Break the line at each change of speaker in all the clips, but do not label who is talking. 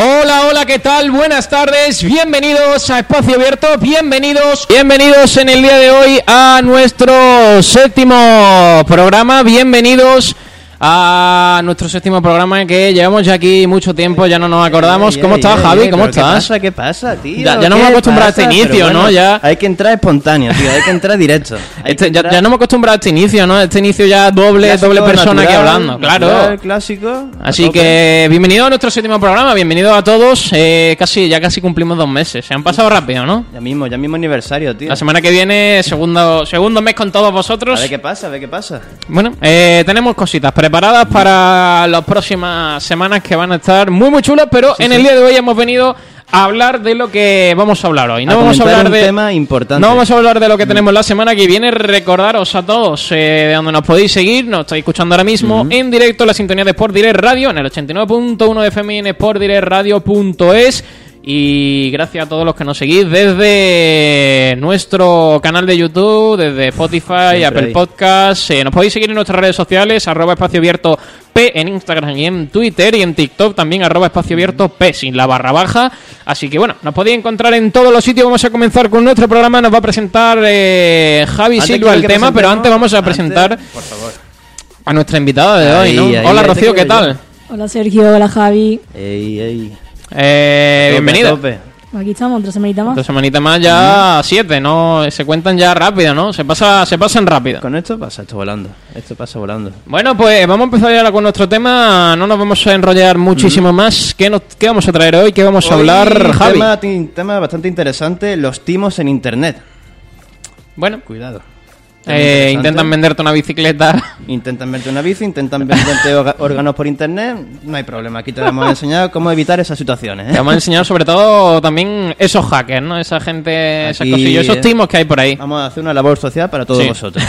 Hola, hola, ¿qué tal? Buenas tardes, bienvenidos a Espacio Abierto, bienvenidos, bienvenidos en el día de hoy a nuestro séptimo programa, bienvenidos a nuestro séptimo programa que llevamos ya aquí mucho tiempo, ya no nos acordamos.
Ey,
¿Cómo
ey,
estás,
ey,
Javi?
ey,
¿Cómo
pero ¿Qué
estás?
pasa? ¿Qué pasa, tío?
Ya- ya no
¿Qué
hemos acostumbrado a
pasa?
este inicio,
Pero
¿no? Ya-
Hay que entrar espontáneo, tío. Hay que entrar directo. Hay
Este-
que
ya,
entrar
ya no me acostumbra a este inicio, ¿no? Este inicio ya doble,
clásico,
doble persona aquí
natural,
hablando, claro.
natural, clásico. a
Así
tope.
que bienvenido a nuestro séptimo programa, bienvenido a todos. Eh, casi, ya casi cumplimos dos meses, se han pasado rápido, ¿no?
Ya mismo, ya mismo aniversario, tío.
La semana que viene, segundo, segundo mes con todos vosotros.
A ver qué pasa, a ver qué pasa.
Bueno, eh, tenemos cositas preparadas para las próximas semanas que van a estar muy muy chulas, pero en el día de hoy hemos venido a hablar de lo que vamos a hablar hoy. No
A
vamos a
comentar
hablar
un
de
tema importante.
No vamos a hablar de lo que tenemos la semana que viene. Recordaros a todos eh, de donde nos podéis seguir. Nos estáis escuchando ahora mismo en directo en la sintonía de Sport Direct Radio en el 89.1 de FM y en sportdirectradio.es. Y gracias a todos los que nos seguís desde nuestro canal de YouTube, desde Spotify,
Siempre
Apple
ahí.
Podcast podcast. Eh, nos podéis seguir en nuestras redes sociales, arroba espacio abierto P en Instagram y en Twitter y en TikTok también arroba espacio abierto P sin la barra baja. Así que bueno, nos podéis encontrar en todos los sitios. Vamos a comenzar con nuestro programa. Nos va a presentar eh, Javi
Antes
Silva
que
el
que
tema, pero
presentemos-
antes vamos a presentar
antes- por favor.
a nuestra invitada de
Ahí,
hoy. ¿no?
ahí,
Hola
ahí te
Rocío, ¿qué
quiero yo.
tal?
Hola Sergio, hola Javi.
Ey, ey.
Eh,
Tope,
bienvenida.
tope.
Aquí estamos, otra semanita más.
Dos semanitas más ya siete, ¿no? Se cuentan ya rápido, ¿no? Se pasa, se pasan rápido.
Con esto pasa esto volando. Esto pasa volando.
Bueno, pues vamos a empezar ya con nuestro tema. No nos vamos a enrollar muchísimo más. ¿Qué, nos- qué vamos a traer hoy? ¿Qué vamos a hablar,
Mm. Hoy,
Javi?
Tema, tin- tema bastante interesante, los timos en internet.
Bueno,
Cuidado. Tema
eh,
interesante.
intentan venderte una bicicleta.
Intentan verte una bici, intentan venderte orga- órganos por internet, no hay problema. Aquí te vamos a enseñar cómo evitar esas situaciones.
Te
¿eh?
vamos a enseñar sobre todo también esos hackers, ¿no? Esa gente, esas
Aquí,
cosillas, esos
eh,
timos que hay por ahí.
Vamos a hacer una labor social para todos
Sí.
vosotros.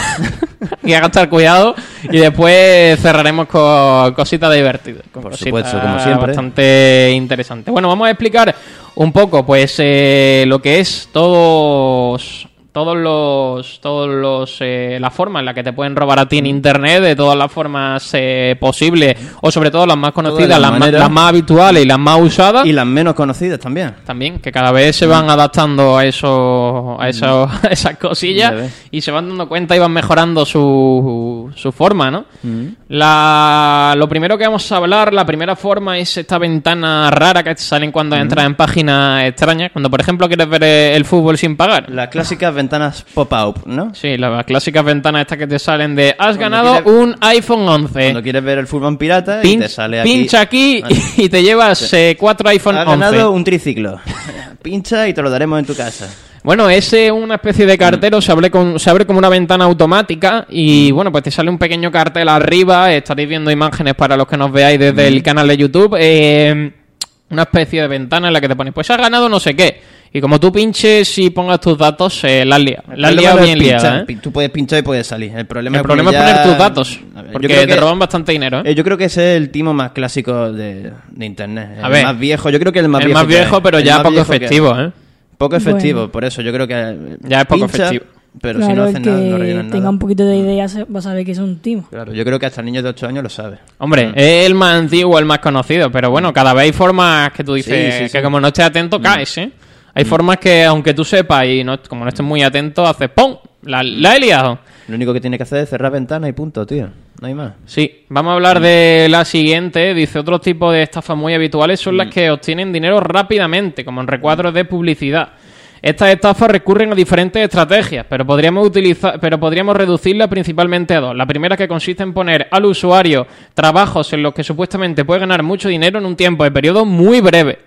y a gastar cuidado. Y después cerraremos con cositas divertidas. con
Por
cositas
supuesto, como siempre.
Bastante interesante. Bueno, vamos a explicar un poco, pues, eh, lo que es todos. Todos los. Todos los. eh, la forma en la que te pueden robar a ti en internet, de todas las formas eh, posibles, o sobre todo las más conocidas,
las
las, más-
maneras.
las más habituales y las más usadas
y las menos conocidas también.
también, que cada vez se van adaptando a eso, a, eso, a esas cosillas
Mm. Ya ves.
y se van dando cuenta y van mejorando su, su forma, ¿no?
Mm.
La, lo primero que vamos a hablar, la primera forma es esta ventana rara que te salen cuando
Mm.
entras en páginas extrañas, cuando por ejemplo quieres ver eh, el fútbol sin pagar.
Las clásicas ventanas pop-up, ¿no?
Sí, las clásicas ventanas estas que te salen de has
Cuando
ganado
quieres-
un iPhone 11.
Cuando quieres ver el fútbol pirata y
Pin-
te sale aquí.
Pincha aquí
Vale.
y te llevas eh, cuatro iPhone
Has
11.
ganado un triciclo. Pincha y te lo daremos en tu casa.
Bueno, es eh, una especie de cartero, se abre, con- se abre como una ventana automática
Mm.
y bueno, pues te sale un pequeño cartel arriba, estaréis viendo imágenes para los que nos veáis desde
Mm.
el canal de YouTube, eh, una especie de ventana en la que te pones, pues has ganado no sé qué, y como tú pinches y pongas tus datos, eh, la has liado, la has
El
liado
problema no es
bien
pinchar,
liada, ¿eh?
pi- Tú puedes pinchar y puedes salir. El problema,
El problema es
cuando
poner
ya-
tus datos,
A ver, yo
porque
creo
te
que-
roban bastante dinero, ¿eh?
Eh, Yo creo que ese es el timo más clásico de, de internet. El
A ver.
más viejo, yo creo que el más
el
viejo.
más
que
viejo,
hay.
pero
El
ya
más
poco
viejo que hay.
efectivo, ¿eh.
Poco efectivo,
Bueno.
por eso yo creo que. eh,
Ya es poco efectivo.
Pero
claro,
si no
el
hacen
que
nada, no rellenan
tenga
nada.
un poquito de idea se- va a saber que es un timo.
Claro, yo creo que hasta el niño de 8 años lo sabe.
Hombre, es el más antiguo, el más conocido, pero bueno, cada vez hay formas que tú dices
Mm. Sí, sí, Mm. sí.
que como no estés atento caes, ¿eh? Hay formas que aunque tú sepas y no, como no estés muy atento, haces ¡pum! La, la he liado.
Lo único que tiene que hacer es cerrar ventanas y punto, tío. No hay más.
Sí, vamos a
Mm.
hablar de la siguiente. Dice, otro tipo de estafas muy habituales son las
Mm.
que obtienen dinero rápidamente, como en recuadros de publicidad. Estas estafas recurren a diferentes estrategias, pero podríamos, utilizar, pero podríamos reducirlas principalmente a dos. La primera que consiste en poner al usuario trabajos en los que supuestamente puede ganar mucho dinero en un tiempo de periodo muy breve.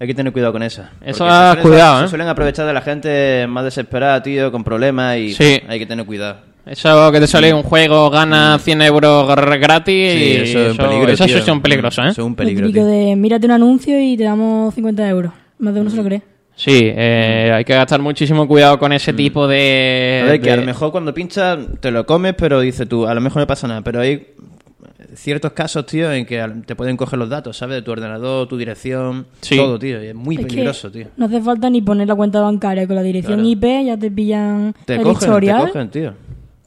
Hay que tener cuidado con esa.
Eso,
Porque
ah,
se suelen-
cuidado,
se
¿eh?
suelen aprovechar de la gente más desesperada, tío, con problemas y
Sí.
hay que tener cuidado.
Eso que te
Mm.
sale un juego, gana 100 euros gr- gratis. y Esas sí
tío. Mm.
son peligrosas, ¿eh?
Eso es un
Lo
peligro. tío.
típico de mírate un anuncio y te damos 50 euros. Más de uno se
Mm.
lo cree.
Sí, eh, hay que gastar muchísimo cuidado con ese tipo de...
Mm. A ver, que a lo
Eh, de-
mejor cuando pinchas te lo comes, pero dices tú, a lo mejor no pasa nada. Pero hay ciertos casos, tío, en que al- te pueden coger los datos, ¿sabes? De tu ordenador, tu dirección,
Sí.
todo, tío. y es muy
Es que
peligroso, tío.
No hace falta ni poner la cuenta bancaria con la dirección
Claro.
IP, ya te pillan
Te
el
cogen,
historial
te cogen, tío.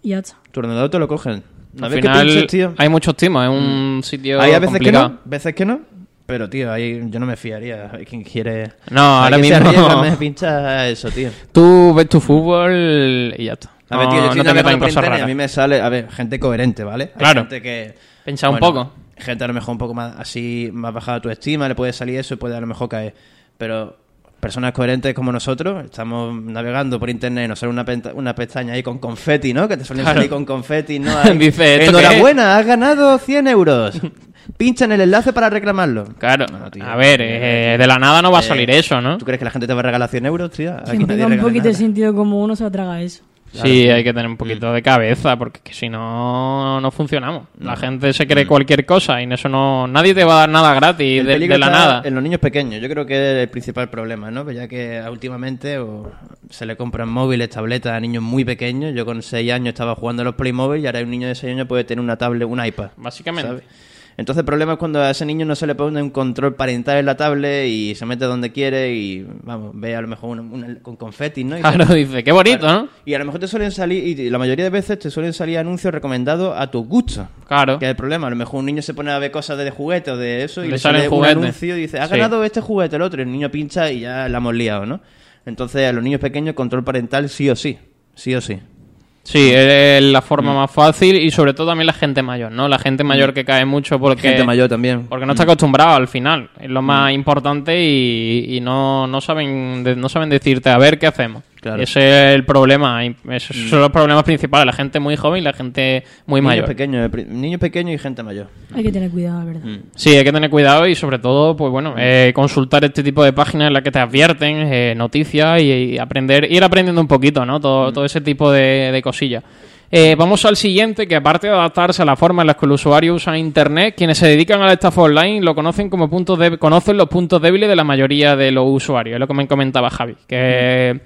y ya está.
Tu ordenador te lo cogen. Una
Al
vez
final,
que pinches, tío. Mm.
hay muchos timos, es un sitio
Hay a veces
complicado.
que no, veces que no. Pero, tío, ahí yo no me fiaría. Hay quien quiere.
No,
hay
ahora
quien se
mismo-
arriesga, me pincha eso, tío.
Tú ves tu fútbol y ya está.
A ver, tío, yo
no
estoy
te metas en
navegando por
cosas
internet y a
raras.
mí me sale, a ver, gente coherente, ¿vale? Hay
Claro.
gente que...
Pensa un poco.
Gente a lo mejor un poco más así, más bajada tu estima, le puede salir eso y puede a lo mejor caer. Pero personas coherentes como nosotros, estamos navegando por internet y nos sale una, penta- una pestaña ahí con confeti, ¿no? Que te suelen
Claro.
salir con confeti, ¿no? Ahí,
Dice, ¿esto qué
Enhorabuena, has ganado 100 euros. Pincha en el enlace para reclamarlo.
Claro.
No, tío.
a ver, eh, de la nada no va a salir
Eh,
eso, ¿no?
¿Tú crees que la gente te va a regalar 100 euros, tía? Aquí
Siempre
nadie
con un
regala
poquito de
nada.
sentido como uno se va a tragar eso.
Sí, hay que tener un poquito
Mm.
de cabeza, porque es que si no, no funcionamos. La gente se cree cualquier cosa y en eso no. Nadie te va a dar nada gratis
Mm. El
de,
peligro
de la
está
nada.
En los niños pequeños, yo creo que es el principal problema, ¿no? Pues Ya que últimamente o, se le compran móviles, tabletas a niños muy pequeños. Yo con 6 años estaba jugando a los Playmobil y ahora un niño de 6 años puede tener una tablet, un iPad.
Básicamente.
¿sabes? Entonces el problema es cuando a ese niño no se le pone un control parental en la tablet y se mete donde quiere y, vamos, ve a lo mejor una- una- con confetis, ¿no? Y
Claro, dice, qué bonito, ¿no?
Y a lo mejor te suelen salir, y la mayoría de veces te suelen salir anuncios recomendados a tu gusto.
Claro.
Que es el problema. A lo mejor un niño se pone a ver cosas de juguete o de eso y
Le
le,
sale
sale,
el
un
juguete.
anuncio y dice, ha
Sí.
ganado este juguete, el otro. Y el niño pincha y ya la hemos liado, ¿no? Entonces, a los niños pequeños, control parental sí o sí. Sí o sí.
Sí, es la forma
Mm.
más fácil y sobre todo también la gente mayor, ¿no? La gente mayor que cae mucho porque.
Gente mayor Mm. también.
Porque no está acostumbrado al final. Es lo más importante y, y no, no saben de- no saben decirte, a ver, ¿qué hacemos?
Claro. Mm.
Ese es el problema. y Esos son los problemas principales. La gente muy joven y la gente muy
niños
mayor.
Pequeños, eh, pri- niños pequeños y gente mayor.
Hay que tener cuidado, la verdad.
Sí, hay que tener cuidado y sobre todo, pues bueno, eh, consultar este tipo de páginas en las que te advierten eh, noticias y, y aprender, ir aprendiendo un poquito, ¿no? Todo,
Mm.
todo ese tipo de, de cosillas. Eh, vamos al siguiente, que aparte de adaptarse a la forma en la que el usuario usa Internet, quienes se dedican a la estafa online lo conocen como puntos de, conocen los puntos débiles de la mayoría de los usuarios. Es lo que me comentaba Javi, que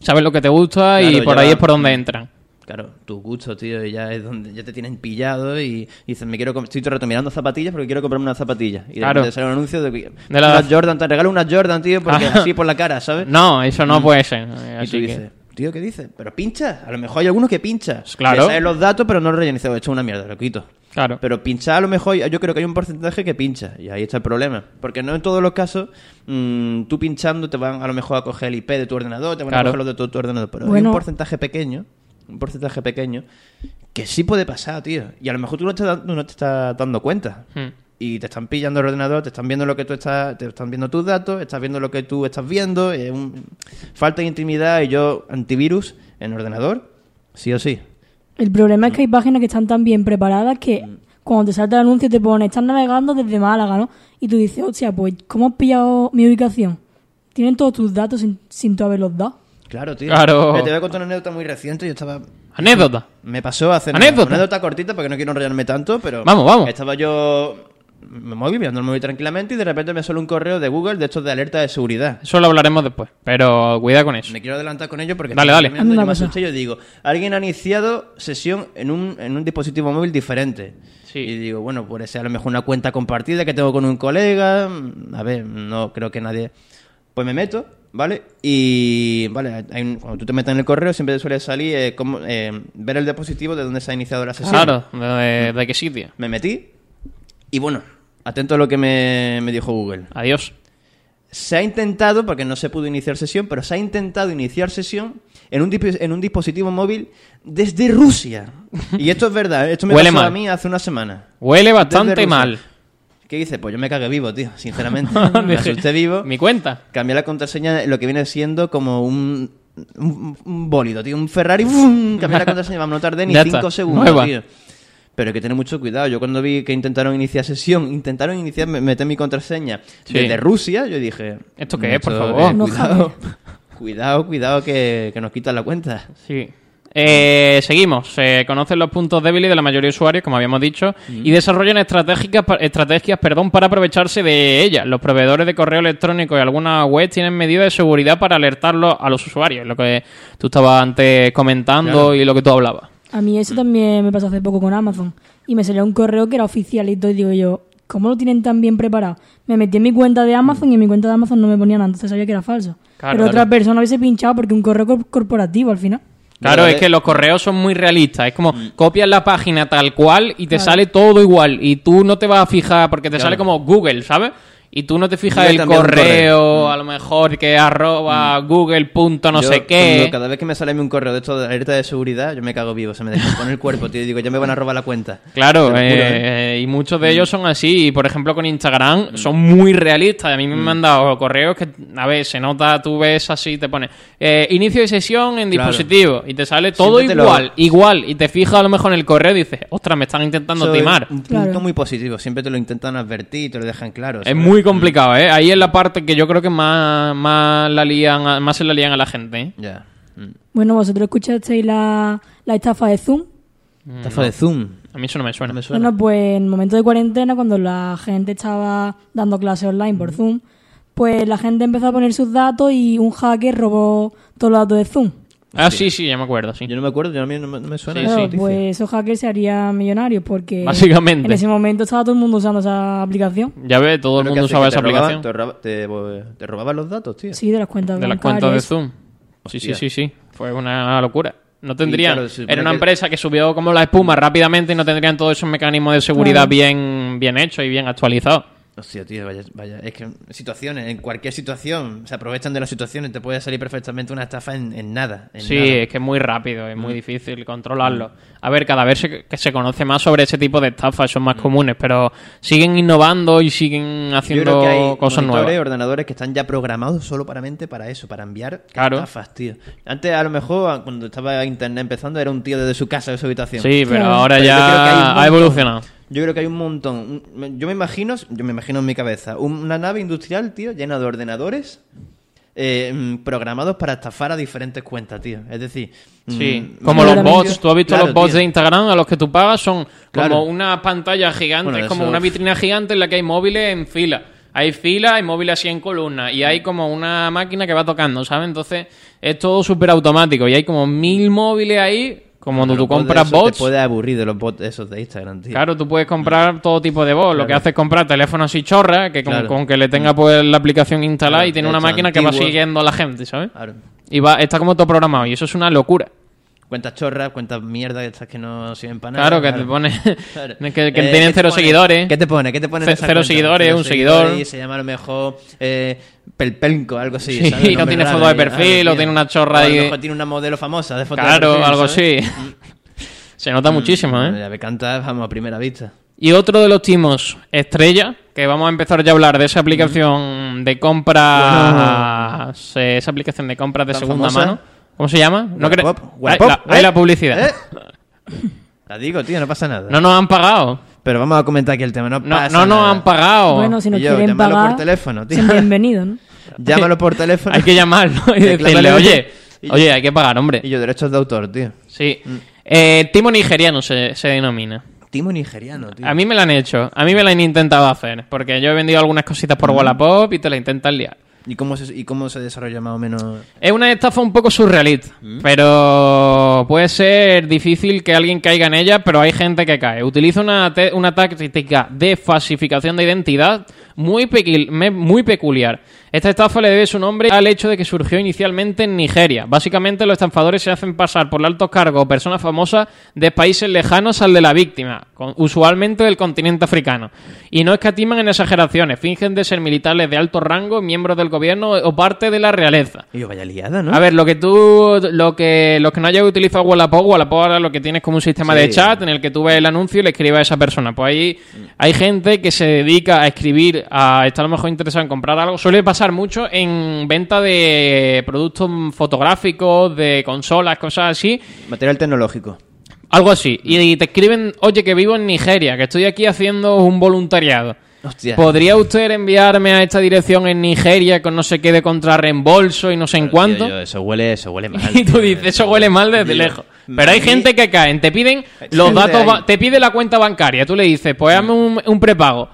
sabes lo que te gusta y
Mm. Claro,
por
ya
ahí
va.
es por donde entran.
Claro, tu gusto, tío, y ya es donde ya te tienen pillado y, y dices, me quiero com- estoy todo el rato mirando zapatillas porque quiero comprarme una zapatilla. Y de
Claro.
repente sale un anuncio de, que-
De la-
unas Jordan, te regalo unas Jordan, tío, porque
Ah.
así por la cara, ¿sabes?
No, eso no puede ser. eh,
Mm. Y
así
tú
que-
dices, tío, ¿qué dices? Pero pincha. A lo mejor hay algunos que pincha.
Pues Claro.
Le salen los datos, pero no lo rellenas. Dices, Esto es una mierda, lo quito.
Claro.
Pero pincha a lo mejor, yo creo que hay un porcentaje que pincha. Y ahí está el problema. Porque no en todos los casos, mm, tú pinchando te van a lo mejor a coger el IP de tu ordenador, te van
Claro.
a coger los de tu, tu ordenador. Pero hay
Bueno.
un porcentaje pequeño, un porcentaje pequeño, que sí puede pasar, tío. Y a lo mejor tú no te, da- no te estás dando cuenta
Hmm.
y te están pillando el ordenador, te están viendo lo que tú estás, te están viendo tus datos, estás viendo lo que tú estás viendo, es un- falta de intimidad y yo antivirus en ordenador, sí o sí.
El problema es que hay
Mm.
páginas que están tan bien preparadas que cuando te salta el anuncio te pone, están navegando desde Málaga, ¿no? Y tú dices, hostia, pues, ¿cómo has pillado mi ubicación? Tienen todos tus datos sin, sin tú haberlos dado.
Claro, tío.
Claro.
Eh, Te voy a contar una anécdota muy reciente, yo estaba
Anécdota.
me pasó hace nada.
Anécdota.
una anécdota cortita porque no quiero enrollarme tanto, pero
Vamos, vamos.
Estaba yo me móvil mirando el móvil tranquilamente y de repente me sale un correo de Google de estos de alerta de seguridad.
Eso lo hablaremos después, pero cuida con eso.
Me quiero adelantar con ello porque
Dale,
me
dale.
estoy mirando,
Anda,
yo me
pasa.
asusté y yo digo, alguien ha iniciado sesión en un, en un dispositivo móvil diferente.
Sí.
Y digo, bueno, puede ser a lo mejor una cuenta compartida que tengo con un colega. A ver, no creo que nadie. Pues me meto, ¿vale? Y vale, hay un- cuando tú te metes en el correo siempre te suele salir eh, cómo- eh, ver el dispositivo de donde se ha iniciado la sesión.
Claro, ¿de, de qué sitio?
Me metí y bueno, atento a lo que me- me dijo Google.
Adiós.
Se ha intentado, porque no se pudo iniciar sesión, pero se ha intentado iniciar sesión en un, disp- en un dispositivo móvil desde Rusia. Y esto es verdad, ¿eh? esto me
Huele
pasó a
mal.
mí hace una semana.
Huele
Desde
bastante
Rusia.
mal.
¿Qué dice? Pues yo me cagué vivo, tío, sinceramente. me
Dije,
asusté vivo.
Mi cuenta.
Cambié la contraseña, lo que viene siendo como un, un, un bólido, tío. Un Ferrari, ¡fum! cambié la contraseña, vamos, no tardé ni
Ya está,
5 segundos,
nueva.
tío. Pero hay que tener mucho cuidado. Yo cuando vi que intentaron iniciar sesión, intentaron iniciar, me- meter mi contraseña
Sí.
desde Rusia, yo dije...
¿Esto qué es, por
"Esto,
favor?"
No
cuidado, cuidado, cuidado que, que nos quitan la cuenta.
Sí. Eh, seguimos. Se conocen los puntos débiles de la mayoría de usuarios, como habíamos dicho, y desarrollan estratégicas, pa- estrategias perdón, para aprovecharse de ellas. Los proveedores de correo electrónico y algunas webs tienen medidas de seguridad para alertarlos a los usuarios, lo que tú estabas antes comentando y lo que tú hablabas.
A mí
Mm.
eso también me pasó hace poco con Amazon. Y me salió un correo que era oficialito y digo yo, ¿cómo lo tienen tan bien preparado? Me metí en mi cuenta de Amazon y en mi cuenta de Amazon no me ponían nada, entonces sabía que era falso.
Claro,
Pero otra
claro.
persona hubiese pinchado porque un correo cor- corporativo al final.
Claro,
Vale.
es que los correos son muy realistas. Es como
Mm.
copias la página tal cual y te sale todo igual. Y tú no te vas a fijar porque te sale como Google, ¿sabes? Y tú no te fijas
Yo
el
también un
correo,
correo. Mm.
a lo mejor que arroba google punto no
Yo,
sé qué.
cuando- cada vez que me sale a mí un correo de esto de alerta de seguridad, yo me cago vivo, se me descompone el cuerpo, tío. y Digo, ya me van a robar la cuenta.
Claro,
Te lo juro, Mm.
eh, y muchos de ellos son así. Y por ejemplo, con Instagram son muy realistas. A mí me
Mm.
han mandado correos que, a ver, se nota, tú ves así, te pone eh, inicio de sesión en
Claro.
dispositivo. Y te sale todo
Siempre te lo-
igual, igual. Y te fijas a lo mejor en el correo y dices, ostras, me están intentando
Eso es
timar.
Un punto
Claro.
muy positivo, siempre te lo intentan advertir y te lo dejan claro.
Es
¿sabes?
muy complicado,
Mm.
¿eh? Ahí es la parte que yo creo que más, más, la lían a- más se la lían a la gente. ¿eh?
Ya. Mm.
Bueno, vosotros escuchasteis la, la estafa de Zoom.
Estafa de Zoom.
A mí eso no me suena.
No me suena.
Bueno, pues en el momento de cuarentena, cuando la gente estaba dando clases online por Zoom, pues la gente empezó a poner sus datos y un hacker robó todos los datos de Zoom.
Ah, sí, sí, ya me acuerdo, sí.
Yo no me acuerdo, yo a mí no me, no me suena
Sí,
esa
Claro,
noticia.
pues esos hackers se harían millonarios porque
Básicamente.
en ese momento estaba todo el mundo usando esa aplicación.
Ya ve, todo el
Lo que
mundo
hace
usaba
es que
esa
te robaban-
aplicación.
te roba- Te, bo- te robaban los datos, tío.
Sí, de las cuentas
de las
bancarias.
cuentas de Zoom. Sí, sí,
Hostia.
sí, sí. Fue una locura. No tendrían.
claro, se supone
era una
que-
empresa que subió como la espuma rápidamente y no tendrían todos esos mecanismos de seguridad
Claro.
bien, bien hechos y bien actualizados.
Hostia, tío, vaya, vaya. Es que situaciones, en cualquier situación, se aprovechan de las situaciones, te puede salir perfectamente una estafa en, en nada. en
Sí,
nada. Mm.
es que es muy rápido, es muy difícil controlarlo. A ver, cada vez se, que se conoce más sobre ese tipo de estafas, son más comunes, pero siguen innovando y siguen
Mm. Yo creo
haciendo
que hay
cosas
monitores,
nuevas.
ordenadores que están ya programados solo para mente para eso, para enviar
Claro.
estafas, tío. Antes, a lo mejor, a- cuando estaba internet empezando, era un tío desde su casa, de su habitación.
Sí, pero
Claro.
ahora
Pero yo creo que hay un
ya ha
montón.
evolucionado.
Yo creo que hay un montón. Un- Yo me imagino, yo me imagino en mi cabeza, un- una nave industrial, tío, llena de ordenadores eh, mm, programados para estafar a diferentes cuentas, tío. Es decir,
Sí,
mm,
como los
Claramente.
bots. Tú has visto
Claro,
los bots
tío.
de Instagram a los que tú pagas son como
Claro.
una pantalla gigante,
Bueno,
es como
eso-
una vitrina gigante en la que hay móviles en fila. Hay fila, hay móviles así en columna y hay como una máquina que va tocando, ¿sabes? Entonces es todo súper automático y hay como mil móviles ahí, como cuando
Los
tú
bots de
compras
esos
bots.
Te puede aburrir de los bots esos de Instagram, tío.
Claro, tú puedes comprar todo tipo de bots. Lo que haces es comprar teléfonos y chorra, que con,
Claro.
con que le tenga pues la aplicación instalada
Claro,
y tiene
de
una
hecho,
máquina que va
antiguo.
siguiendo a la gente, ¿sabes?
Claro.
Y va, está como todo programado y eso es una locura.
Cuentas chorras, cuentas mierda, estas que no sirven para nada.
Claro, que te pone.
Claro.
que que
Eh, ¿qué
tienen
te
cero
pone?
seguidores.
¿Qué te pone? ¿Qué te pone? en
Ce-
esa
cero
cuenta?
seguidores, un seguidor.
Y se llama a lo mejor eh, Pelpenco, algo así.
Sí,
¿sabes?
no
Nombre
tiene
raro
foto de
ahí,
perfil,
algo,
o
tío.
tiene una chorra
O A
ahí.
lo mejor tiene una modelo famosa de foto de
Claro,
perfil,
algo
¿sabes? Mm,
así. Se nota muchísimo, ¿eh?
Ya me canta, vamos, a primera vista.
Y otro de los timos, Estrella, que vamos a empezar ya a hablar de esa aplicación de compras. eh, Esa aplicación de compras de
Tan
segunda
famosa.
mano. ¿Cómo se llama? No cre-
Wallapop,
Ahí-
Wallapop,
la- ahí
¿eh?
la publicidad.
¿Eh? La digo, tío, no pasa nada.
No nos han pagado.
Pero vamos a comentar aquí el tema, no,
No,
pasa
no nos
nada.
han pagado.
Bueno, si nos
Yo,
quieren
llámalo por
pagar,
teléfono, tío.
son bienvenidos, ¿no?
Llámalo por teléfono.
Hay que llamarlo y
Reclámale.
decirle, oye,
Y-
oye, hay que pagar, hombre.
Y Mm. yo, derechos de autor, tío.
Sí. Eh, timo nigeriano se, se denomina.
Timo nigeriano, tío.
A mí me la han hecho. A mí me la han intentado hacer. Porque yo he vendido algunas cositas por Wallapop y te la intentan liar.
¿Y cómo se, y cómo se desarrolla más o menos?
Es una estafa un poco surrealista. Pero puede ser difícil que alguien caiga en ella, pero hay gente que cae. Utiliza una, te- una táctica de falsificación de identidad muy, pequil- me- muy peculiar. Esta estafa le debe su nombre al hecho de que surgió inicialmente en Nigeria. Básicamente los estafadores se hacen pasar por altos cargos o personas famosas de países lejanos al de la víctima, con- usualmente del continente africano. Y no escatiman en exageraciones, fingen de ser militares de alto rango, miembros del gobierno o parte de la realeza.
Y yo, vaya liada, ¿no?
A ver, lo que tú, lo que, los que no hayas utilizado Wallapop, Wallapop ahora lo que tienes como un sistema
Sí.
de chat en el que tú ves el anuncio y le escribes a esa persona. Pues ahí hay gente que se dedica a escribir, a estar a lo mejor interesado en comprar algo. Suele pasar mucho en venta de productos fotográficos, de consolas, cosas así.
Material tecnológico.
Algo así. Y te escriben, oye, que vivo en Nigeria, que estoy aquí haciendo un voluntariado.
Hostia.
¿Podría usted enviarme a esta dirección en Nigeria con no sé qué de contrarreembolso y no sé en cuánto?
Tío, yo, eso huele, eso huele mal.
Y tú
tío.
dices, eso huele mal desde
Tío,
lejos. Pero hay
a mí-
gente que caen, te piden los
"Mm, gente
datos,
ahí.
ba- te pide la cuenta bancaria, tú le dices, pues hazme un, un prepago,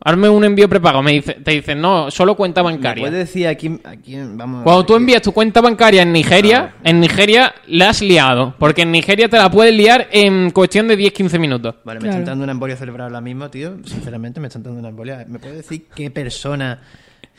hazme un envío prepago, me dice, te dicen, no, solo cuenta
¿Me
bancaria.
puedes decir a quién, a quién vamos
Cuando tú
aquí?
envías tu cuenta bancaria en
Ah,
Nigeria, en Nigeria la has liado, porque en Nigeria te la puedes liar en cuestión de 10-15 minutos.
Vale, me
Claro.
están dando una embolia cerebral ahora mismo, tío. Sinceramente, me están dando una embolia. ¿Me puedes decir qué persona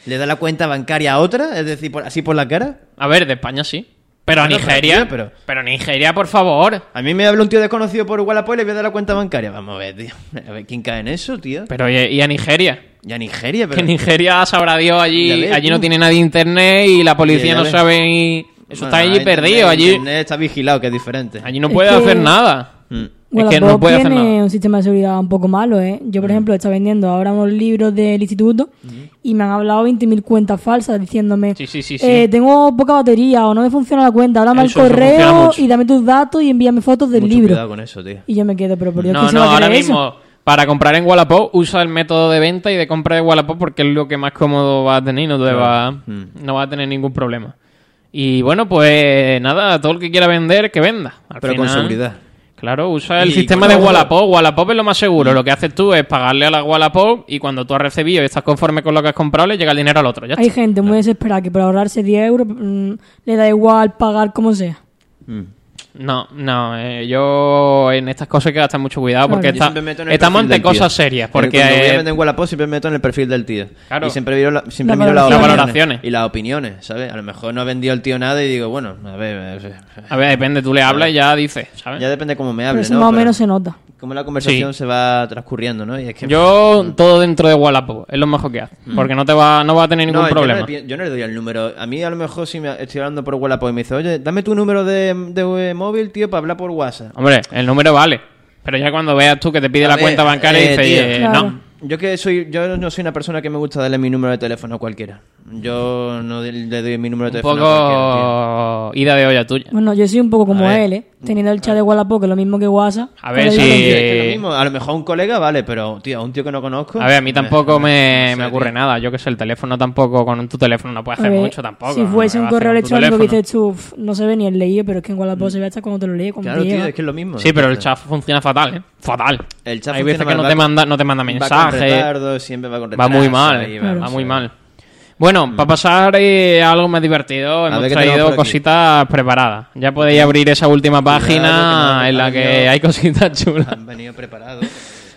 le da la cuenta bancaria a otra? Es decir, por- así por la cara.
A ver, de España sí. Pero a
Bueno, pero,
Nigeria,
tío, pero-
pero Nigeria, por favor.
A mí me habla un tío desconocido por Wallapop y le voy a dar la cuenta bancaria. Vamos a ver, tío. A ver, ¿quién cae en eso, tío?
Pero ¿y- y a Nigeria?
Y a Nigeria, pero.
Que Nigeria sabrá Dios
Ya
allí.
ves,
Allí
tú.
no tiene nadie internet y la policía
Ya
no
ves.
sabe. y- Eso
Bueno,
está allí
internet-
perdido. Allí,
internet está vigilado, que es diferente.
allí no
Es
puede
que-
hacer nada.
Mm.
Es que
Wallapop
no puede hacer
tiene
nada. Mm.
un sistema de seguridad un poco malo, ¿eh? Yo, por ejemplo, he estado vendiendo ahora unos libros del instituto y me han hablado 20.000 cuentas falsas diciéndome
Sí, sí, sí, sí.
eh, tengo poca batería o no me funciona la cuenta, háblame al
Eso, eso funciona
correo
mucho.
y dame tus datos y envíame fotos del
Mucho
libro.
cuidado con eso, tío.
Y yo me quedo, pero por Dios,
No,
¿quién se
no,
va a creer
ahora
eso?
mismo. Para comprar en Wallapop, usa el método de venta y de compra de Wallapop porque es lo que más cómodo va a tener y no, te va,
Mm.
no va a tener ningún problema. Y bueno, pues nada, todo el que quiera vender, que venda. Al
Pero con
final-
seguridad.
Claro, usa el
Y
sistema
con
de
la-
Wallapop. Wallapop es lo más seguro. Lo que haces tú es pagarle a la Wallapop y cuando tú has recibido y estás conforme con lo que has comprado, le llega el dinero al otro. Ya está.
Hay gente muy desesperada que por ahorrarse 10 euros mm, le da igual pagar como sea.
Mm.
No, no, eh, yo en estas cosas hay que gastar mucho cuidado
Claro.
porque
Yo
está-
Yo siempre me meto en el
estamos
perfil
ante
del tío.
cosas serias. Porque
cuando voy a
eh,
vender en Wallapop siempre me meto en el perfil del tío.
Claro.
Y siempre, miro la- siempre
Las
miro las
valoraciones.
opiniones.
Las valoraciones.
Y las opiniones, ¿sabes? A lo mejor no ha vendido el tío nada y digo, bueno, a ver, eh,
a ver, depende, tú le hablas y ya dices, ¿sabes?
ya depende cómo me
Pero
hable,
eso
¿no?
más o
Pero
menos se nota.
Cómo la conversación
Sí.
se va transcurriendo, ¿no? Y es que
Yo todo dentro de Wallapop, es lo mejor que hace. Porque no te va, no va a tener
Mm. No,
ningún
yo
problema.
no le pi- Yo no, le doy el número. A mí, a lo mejor, si me estoy hablando por Wallapop y me dice, oye, dame tu número de, de, eh, móvil, tío, para hablar por WhatsApp.
Hombre, el número vale. Pero ya cuando veas tú que te pide
A
la
ver,
cuenta bancaria
eh,
y dices,
tío.
eh,
Claro.
no.
Yo que soy, yo no soy una persona que me gusta darle mi número de teléfono a cualquiera. Yo no de- le doy mi número de
Un
teléfono a pues, cualquiera. tío.
poco ida de olla tuya.
Bueno, yo soy un poco como
A ver.
él, ¿eh? Teniendo el chat de Wallapop, que es lo mismo que WhatsApp.
A ver
pero
si-
yo
Tío,
también.
es que es
eh,
lo mismo. A lo mejor un colega, vale, pero tío, a un tío que no conozco.
Pues,
A ver, a mí tampoco me,
no sé,
me ocurre
tío.
nada. Yo que sé, el teléfono tampoco, con tu teléfono no puedes hacer
A ver,
mucho tampoco.
Si fuese
No
un
vas a hacer
correo
con tu
electrónico,
teléfono. Mm.
dices tú, "Uf, no se ve ni el leído, pero es que en Wallapop se ve hasta cuando te lo lees, cuando
Claro,
te
tío,
llega.
es que es lo mismo.
Sí, pero el chat funciona fatal, ¿eh? Fatal.
El chat
Hay
funciona
veces que
mal,
no
va
te,
con-
manda, no te manda
Va con
mensajes.
retardo, siempre va con
Va
retraso.
muy mal,
ahí Mm.
va
Claro.
muy mal. Bueno, para pasar eh, a algo más divertido, hemos
ver qué tenemos
traído
por aquí.
cositas preparadas. Ya podéis abrir esa última página
que no,
en la
han
que
venido-
hay cositas chulas.
Han venido preparados.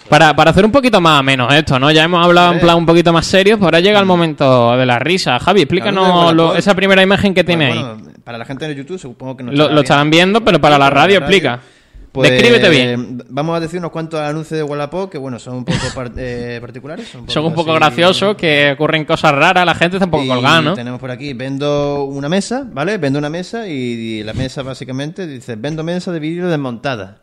Para, para hacer un poquito más menos esto, ¿no? Ya hemos hablado en plan un poquito más serio, pero ahora llega el momento de la risa. Javi,
Hablando
explícanos
de
lo-
Wallapop.
esa primera imagen que tiene ahí.
Bueno, para la gente de YouTube, supongo que no
Lo, lo estarán viendo, pero para la radio explica.
Pues,
Descríbete bien.
eh, Vamos a decir unos cuantos anuncios de Wallapop que, bueno, son un poco par- eh, particulares.
Son un poco
así-
graciosos, que ocurren cosas raras, la gente está un poco
Y
colgada, ¿no?
Tenemos por aquí, vendo una mesa, ¿vale? Vendo una mesa y, y la mesa básicamente dice, vendo mesa de vidrio desmontada.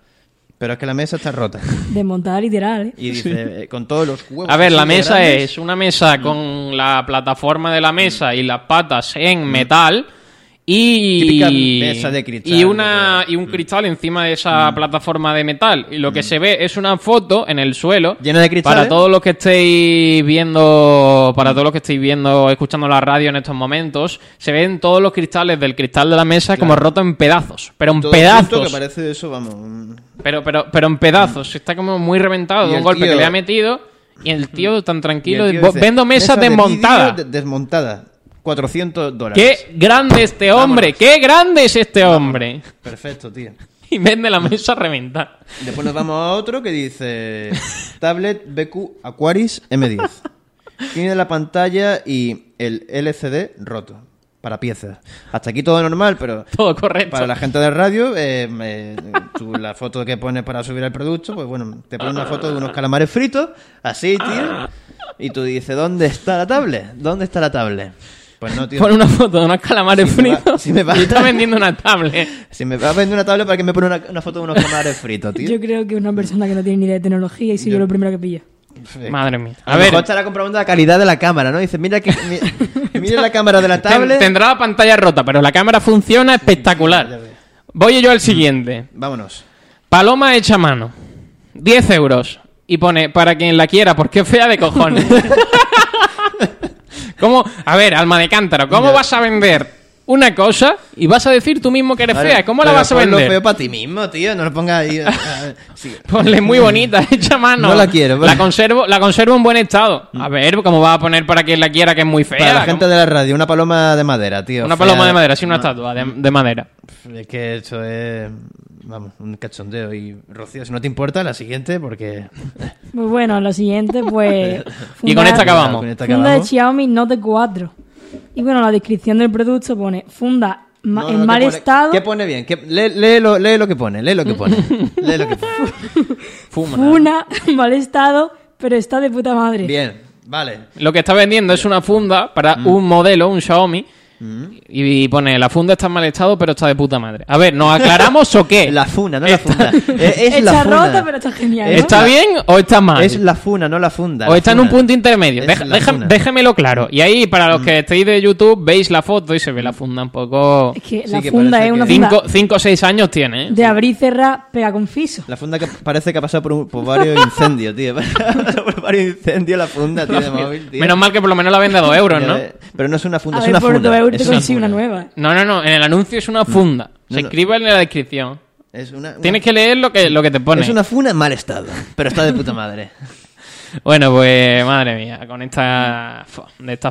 Pero es que la mesa está rota.
Desmontada literal, ¿eh?
Y dice, eh, con todos los huevos.
A ver, la
así de
mesa
grandes, Mm.
es una mesa con la plataforma de la mesa y las patas en metal
Mm. Típica
y
mesa de Mm. cristal,
y una y un cristal encima de esa plataforma de metal y
Mm.
lo que se ve es una foto en el suelo
Llena de cristales.
para todos los que estéis viendo para todos los que estéis viendo escuchando la radio en estos momentos se ven todos los cristales del cristal de la mesa como roto en pedazos pero en
todo junto
pedazos
que parece eso, vamos. un-
pero, pero, pero en pedazos. Está como muy reventado
Y
de un
el
golpe
tío-
que le ha metido. Y el tío tan
Y el
tranquilo.
tío
"Bo-
dice,
Vendo mesas
"Mesa de
desmontadas.
vidrio de- desmontada. 400 dólares.
¡Qué grande este hombre! ¡Qué grande es este hombre!
Perfecto, tío.
Y vende la mesa reventada.
Después nos vamos a otro que dice Tablet BQ Aquaris M10. Tiene la pantalla y el LCD roto para piezas. Hasta aquí todo normal, pero
Todo correcto.
para la gente de radio, eh, me- tú la foto que pones para subir el producto, pues bueno, te pones una foto de unos calamares fritos, así, tío, y tú dices, ¿dónde está la tablet? ¿Dónde está la tablet? Pues no, tío.
Pone una foto de unos calamares
Si me va-
fritos.
si me va-
Y está vendiendo una tablet.
Si me vas a vender una tablet, ¿para que me pone una, una foto de unos calamares fritos, tío?
Yo creo que una persona que no tiene ni idea de tecnología y soy yo, lo primero que pilla.
Eh,
Madre mía.
A,
A
ver.
ver.
mejor estará comprobando la calidad de la cámara, ¿no? Dice, mira que mi- mira la cámara de la
Ten-
tablet.
tendrá la pantalla rota, pero la cámara funciona
Ya
espectacular.
ves.
Voy yo al siguiente.
Vámonos.
Paloma hecha a mano. 10 euros. Y pone, para quien la quiera, porque es fea de cojones. ¿Cómo? A ver, alma de cántaro, ¿cómo vas a vender una cosa y vas a decir tú mismo que eres fea? ¿Cómo la
Pero
vas a
ponlo
vender?
feo para ti mismo, tío. No lo pongas ahí. eh, eh, sí.
Ponle muy bonita, hecha a mano.
No la quiero, pero-
La conservo, la conservo en buen estado. A ver, ¿cómo vas a poner para quien la quiera que es muy fea?
Para la gente de la radio, una paloma de madera, tío.
¿Cómo? Una
fea.
paloma de madera, sí, una estatua de, de madera.
Es que esto es. Vamos, un cachondeo. Y Rocío, si no te importa, la siguiente, porque.
Pues bueno, lo siguiente, pues.
Y con
fundar-
esta acabamos.
Con esta
Funda de
acabamos.
Xiaomi Note 4. Y bueno, la descripción del producto pone funda ma-
No, no,
en
¿qué
mal
pone?
estado,
¿Qué pone bien? ¿Qué- Lee, lee lo, lee lo que pone, lee lo que pone. lee lo que pone.
Fuma.
funa en mal estado, pero está de puta madre.
Bien. Vale.
Lo que está vendiendo es una funda para
Mm.
un modelo, un Xiaomi. Y pone, la funda está en mal estado, pero está de puta madre. A ver, ¿nos aclaramos o qué?
La funda, no la funda. Es, es
Está
la funda.
rota, pero está genial, ¿no?
¿Está bien o está mal?
Es la funa, no la funda.
O
la
está en un
funa.
punto intermedio.
Es
Deja-
la Mm.
deja-
funa.
déjamelo claro. Y ahí, para los que estéis de YouTube, veis la foto y se ve la funda un poco.
Es que
Sí,
la
que
funda
parece
es una
que-
funda
5 o 6 años tiene, ¿eh?
de abrir y cerrar, pega con fiso.
La funda que parece que ha pasado por, un- por varios incendios, tío. por varios incendios la funda, tío, de móvil, tío.
Menos mal que por lo menos la vende a 2 euros,
Ya
¿no?
ves. Pero no es una funda,
A
es
ver,
una
por
funda.
dos euros te
es una
consigue una
funda.
nueva. eh.
No, no, no. En el anuncio es una funda.
Mm. No,
Se
no.
escribe en la descripción.
Es una, una-
Tienes que leer lo que, lo que te pone.
es una funda en mal estado, pero está de puta madre.
Bueno, pues madre mía, con esta fo- de esta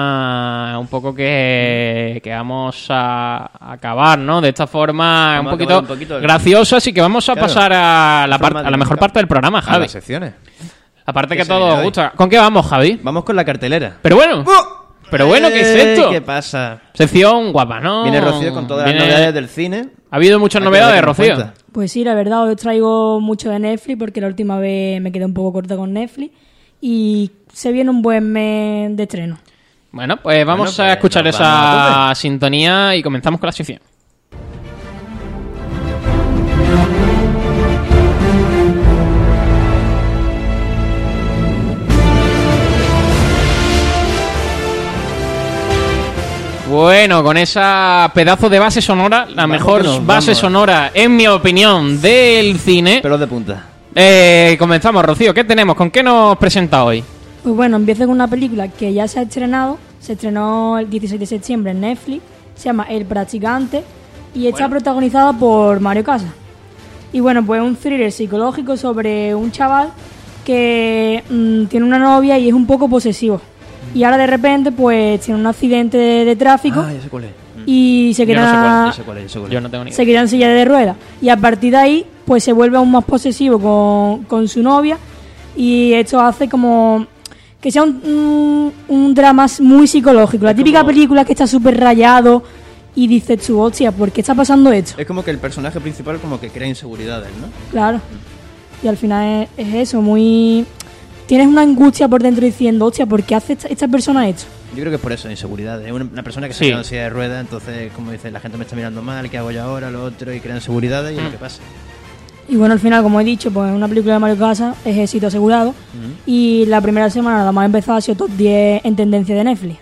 forma un poco que, que vamos a acabar, ¿no? De esta forma un
Vamos a
poquito,
acabar un poquito.
graciosa, así que vamos a
Claro.
pasar a la,
Forma
par- a la
dinámica.
mejor parte del programa,
A
Javi.
las secciones.
La parte
que
que
se
todos
viene
os
hoy.
gusta. ¿Con qué vamos, Javi?
Vamos con la cartelera.
Pero bueno, ¡Oh! pero bueno, ¿qué es
Eh,
esto?
¿Qué pasa?
Sección guapa, ¿no?
Viene Rocío con todas
Viene-
las novedades del cine.
Ha habido muchas
Hay que
novedades,
tener en
Rocío.
cuenta.
Pues sí, la verdad, os traigo mucho de Netflix porque la última vez me quedé un poco corta con Netflix. Y se viene un buen mes de estreno.
Bueno, pues vamos
Bueno,
a
pues
escuchar
nos vamos
esa sintonía y comenzamos con la sección. Bueno, con esa pedazo de base sonora, la
Vamos
mejor
que nos
base
vamos.
sonora, en mi opinión, del cine.
Pero de punta.
Eh, comenzamos, Rocío, ¿qué tenemos? ¿Con qué nos presenta hoy?
Pues bueno, empiezo con una película que ya se ha estrenado. Se estrenó el 16 de septiembre en Netflix. Se llama El Practicante. Y está protagonizada por Mario Casas. Y bueno, pues un thriller psicológico sobre un chaval que mm, tiene una novia y es un poco posesivo. Y ahora de repente, pues tiene un accidente de, de tráfico
Mm. Ah, ya sé cuál es.
y se
Yo no sé cuál,
queda,
yo sé cuál es, yo sé cuál es.
Yo no tengo ni idea.
se queda en silla de ruedas. Y a partir de ahí, pues se vuelve aún más posesivo con, con su novia. Y esto hace como que sea un, un, un drama muy psicológico. La típica película que está súper rayado y dices tú, hostia, ¿por qué está pasando esto?
Es como que el personaje principal como que crea inseguridades, ¿no?
Claro. Y al final es, es eso, muy... Tienes una angustia por dentro diciendo, hostia, ¿por qué hace esta, esta persona esto?
Yo creo que es por eso, inseguridades. Es una, una persona que
Sí.
se queda en silla de ruedas, entonces, como dice, la gente me está mirando mal, ¿qué hago yo ahora? Lo otro, y crea inseguridades y
Mm.
es lo que pasa.
Y bueno, al final, como he dicho, pues una película de Mario Casas es éxito asegurado. Y la primera semana, nada más empezado, ha sido top 10 en tendencia de Netflix.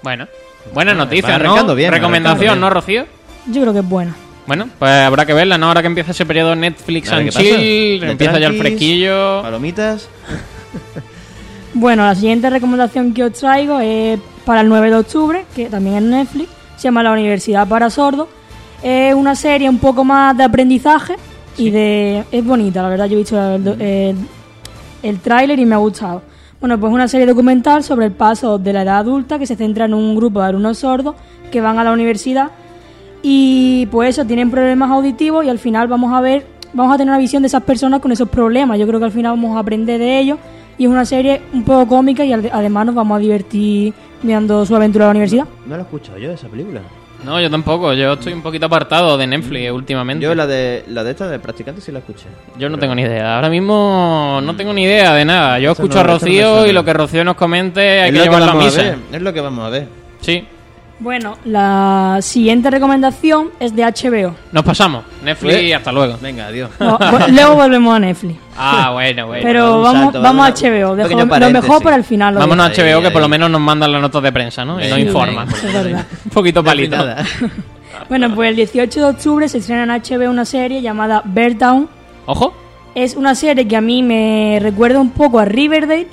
Bueno, buenas
Bueno,
noticias,
va
¿no?
arrancando bien,
Recomendación, ¿no,
arrancando
Rocío?
Yo creo que es buena.
Bueno, pues habrá que verla, ¿no? Ahora que empieza ese periodo Netflix
Ahora,
and
¿qué pasa?
chill,
De
empieza ya el
tranquis,
fresquillo.
Palomitas.
Bueno, la siguiente recomendación que os traigo es para el 9 de octubre, que también es Netflix, se llama La Universidad para Sordos. Es una serie un poco más de aprendizaje y de... Es bonita, la verdad, yo he visto el, el, el tráiler y me ha gustado. Bueno, pues una serie documental sobre el paso de la edad adulta que se centra en un grupo de alumnos sordos que van a la universidad y pues eso, tienen problemas auditivos y al final vamos a ver, vamos a tener una visión de esas personas con esos problemas. Yo creo que al final vamos a aprender de ellos y es una serie un poco cómica y al- además nos vamos a divertir mirando su aventura a la universidad.
No lo he escuchado yo, esa película.
No, yo tampoco, yo estoy un poquito apartado de Netflix últimamente.
Mm, Yo la de, la de esta de practicante sí la escuché.
Yo no tengo ni idea. Ahora mismo no tengo ni idea de nada. Yo
Esto
escucho
no-
a
esto no me
Rocío
suena.
y lo que Rocío nos comente Eh, hay que
Es lo que
llevarlo a
vamos a
misa.
ver, Es lo que vamos a ver.
Sí,
Bueno, la siguiente recomendación es de HBO.
nos pasamos. Netflix,
Pues-
hasta luego.
Venga, adiós.
No, vo- luego volvemos a Netflix.
Ah, bueno, bueno.
Pero
un
vamos,
salto,
vamos a
vamos a-
HBO.
un
dejo
pequeño
lo mejor
paréntesis.
para el final. lo
Vámonos a
ahí,
HBO, que por
ahí.
lo menos nos mandan las notas de prensa, ¿no? Y nos
Venga,
informan.
venga,
dejo. Es verdad.
Un poquito palito.
Nada.
Bueno, pues el 18 de octubre se estrena en HBO una serie llamada Bear Town,
Ojo.
Es una serie que a mí me recuerda un poco a Riverdale,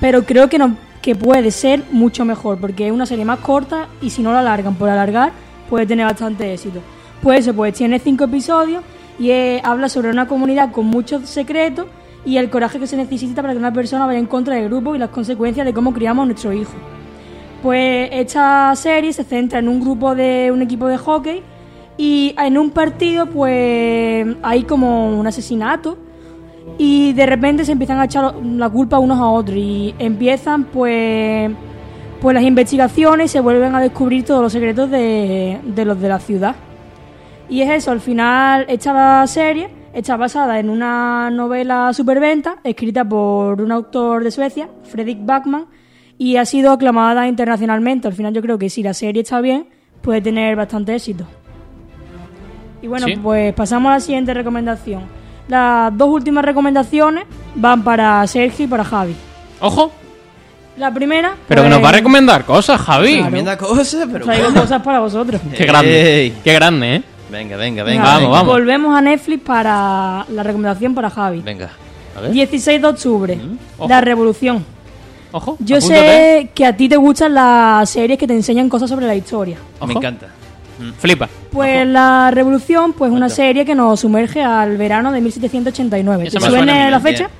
pero creo que, no, que puede ser mucho mejor, porque es una serie más corta y si no la alargan por alargar, puede tener bastante éxito. Pues eso, pues tiene cinco episodios y eh, habla sobre una comunidad con muchos secretos y el coraje que se necesita para que una persona vaya en contra del grupo y las consecuencias de cómo criamos a nuestro hijo. Pues esta serie se centra en un grupo de un equipo de hockey y en un partido pues hay como un asesinato y de repente se empiezan a echar la culpa unos a otros y empiezan pues pues las investigaciones se vuelven a descubrir todos los secretos de, de los de la ciudad. Y es eso, al final esta serie está basada en una novela superventa escrita por un autor de Suecia, Fredrik Backman, y ha sido aclamada internacionalmente. Al final yo creo que si la serie está bien, puede tener bastante éxito. Y bueno,
Sí.
pues pasamos a la siguiente recomendación. Las dos últimas recomendaciones van para Sergio y para Javi.
Ojo,
La primera...
pero que
pues,
nos va a recomendar cosas, Javi.
Recomienda cosas, pero.
Traigo
bueno.
cosas para vosotros.
Qué grande,
Ey.
qué grande, ¿eh?
Venga, venga, venga.
Vamos,
venga.
vamos.
Volvemos a Netflix para la recomendación para Javi.
Venga. A ver.
16 de octubre,
Mm, Ojo.
La Revolución.
Ojo,
Yo
apúntate.
sé que a ti te gustan las series que te enseñan cosas sobre la historia.
Ojo.
Me encanta.
Mm, Flipa.
Pues La Revolución, pues una serie que nos sumerge al verano de 1789.
Esa
¿Te
me suena
suena
bien,
la fecha?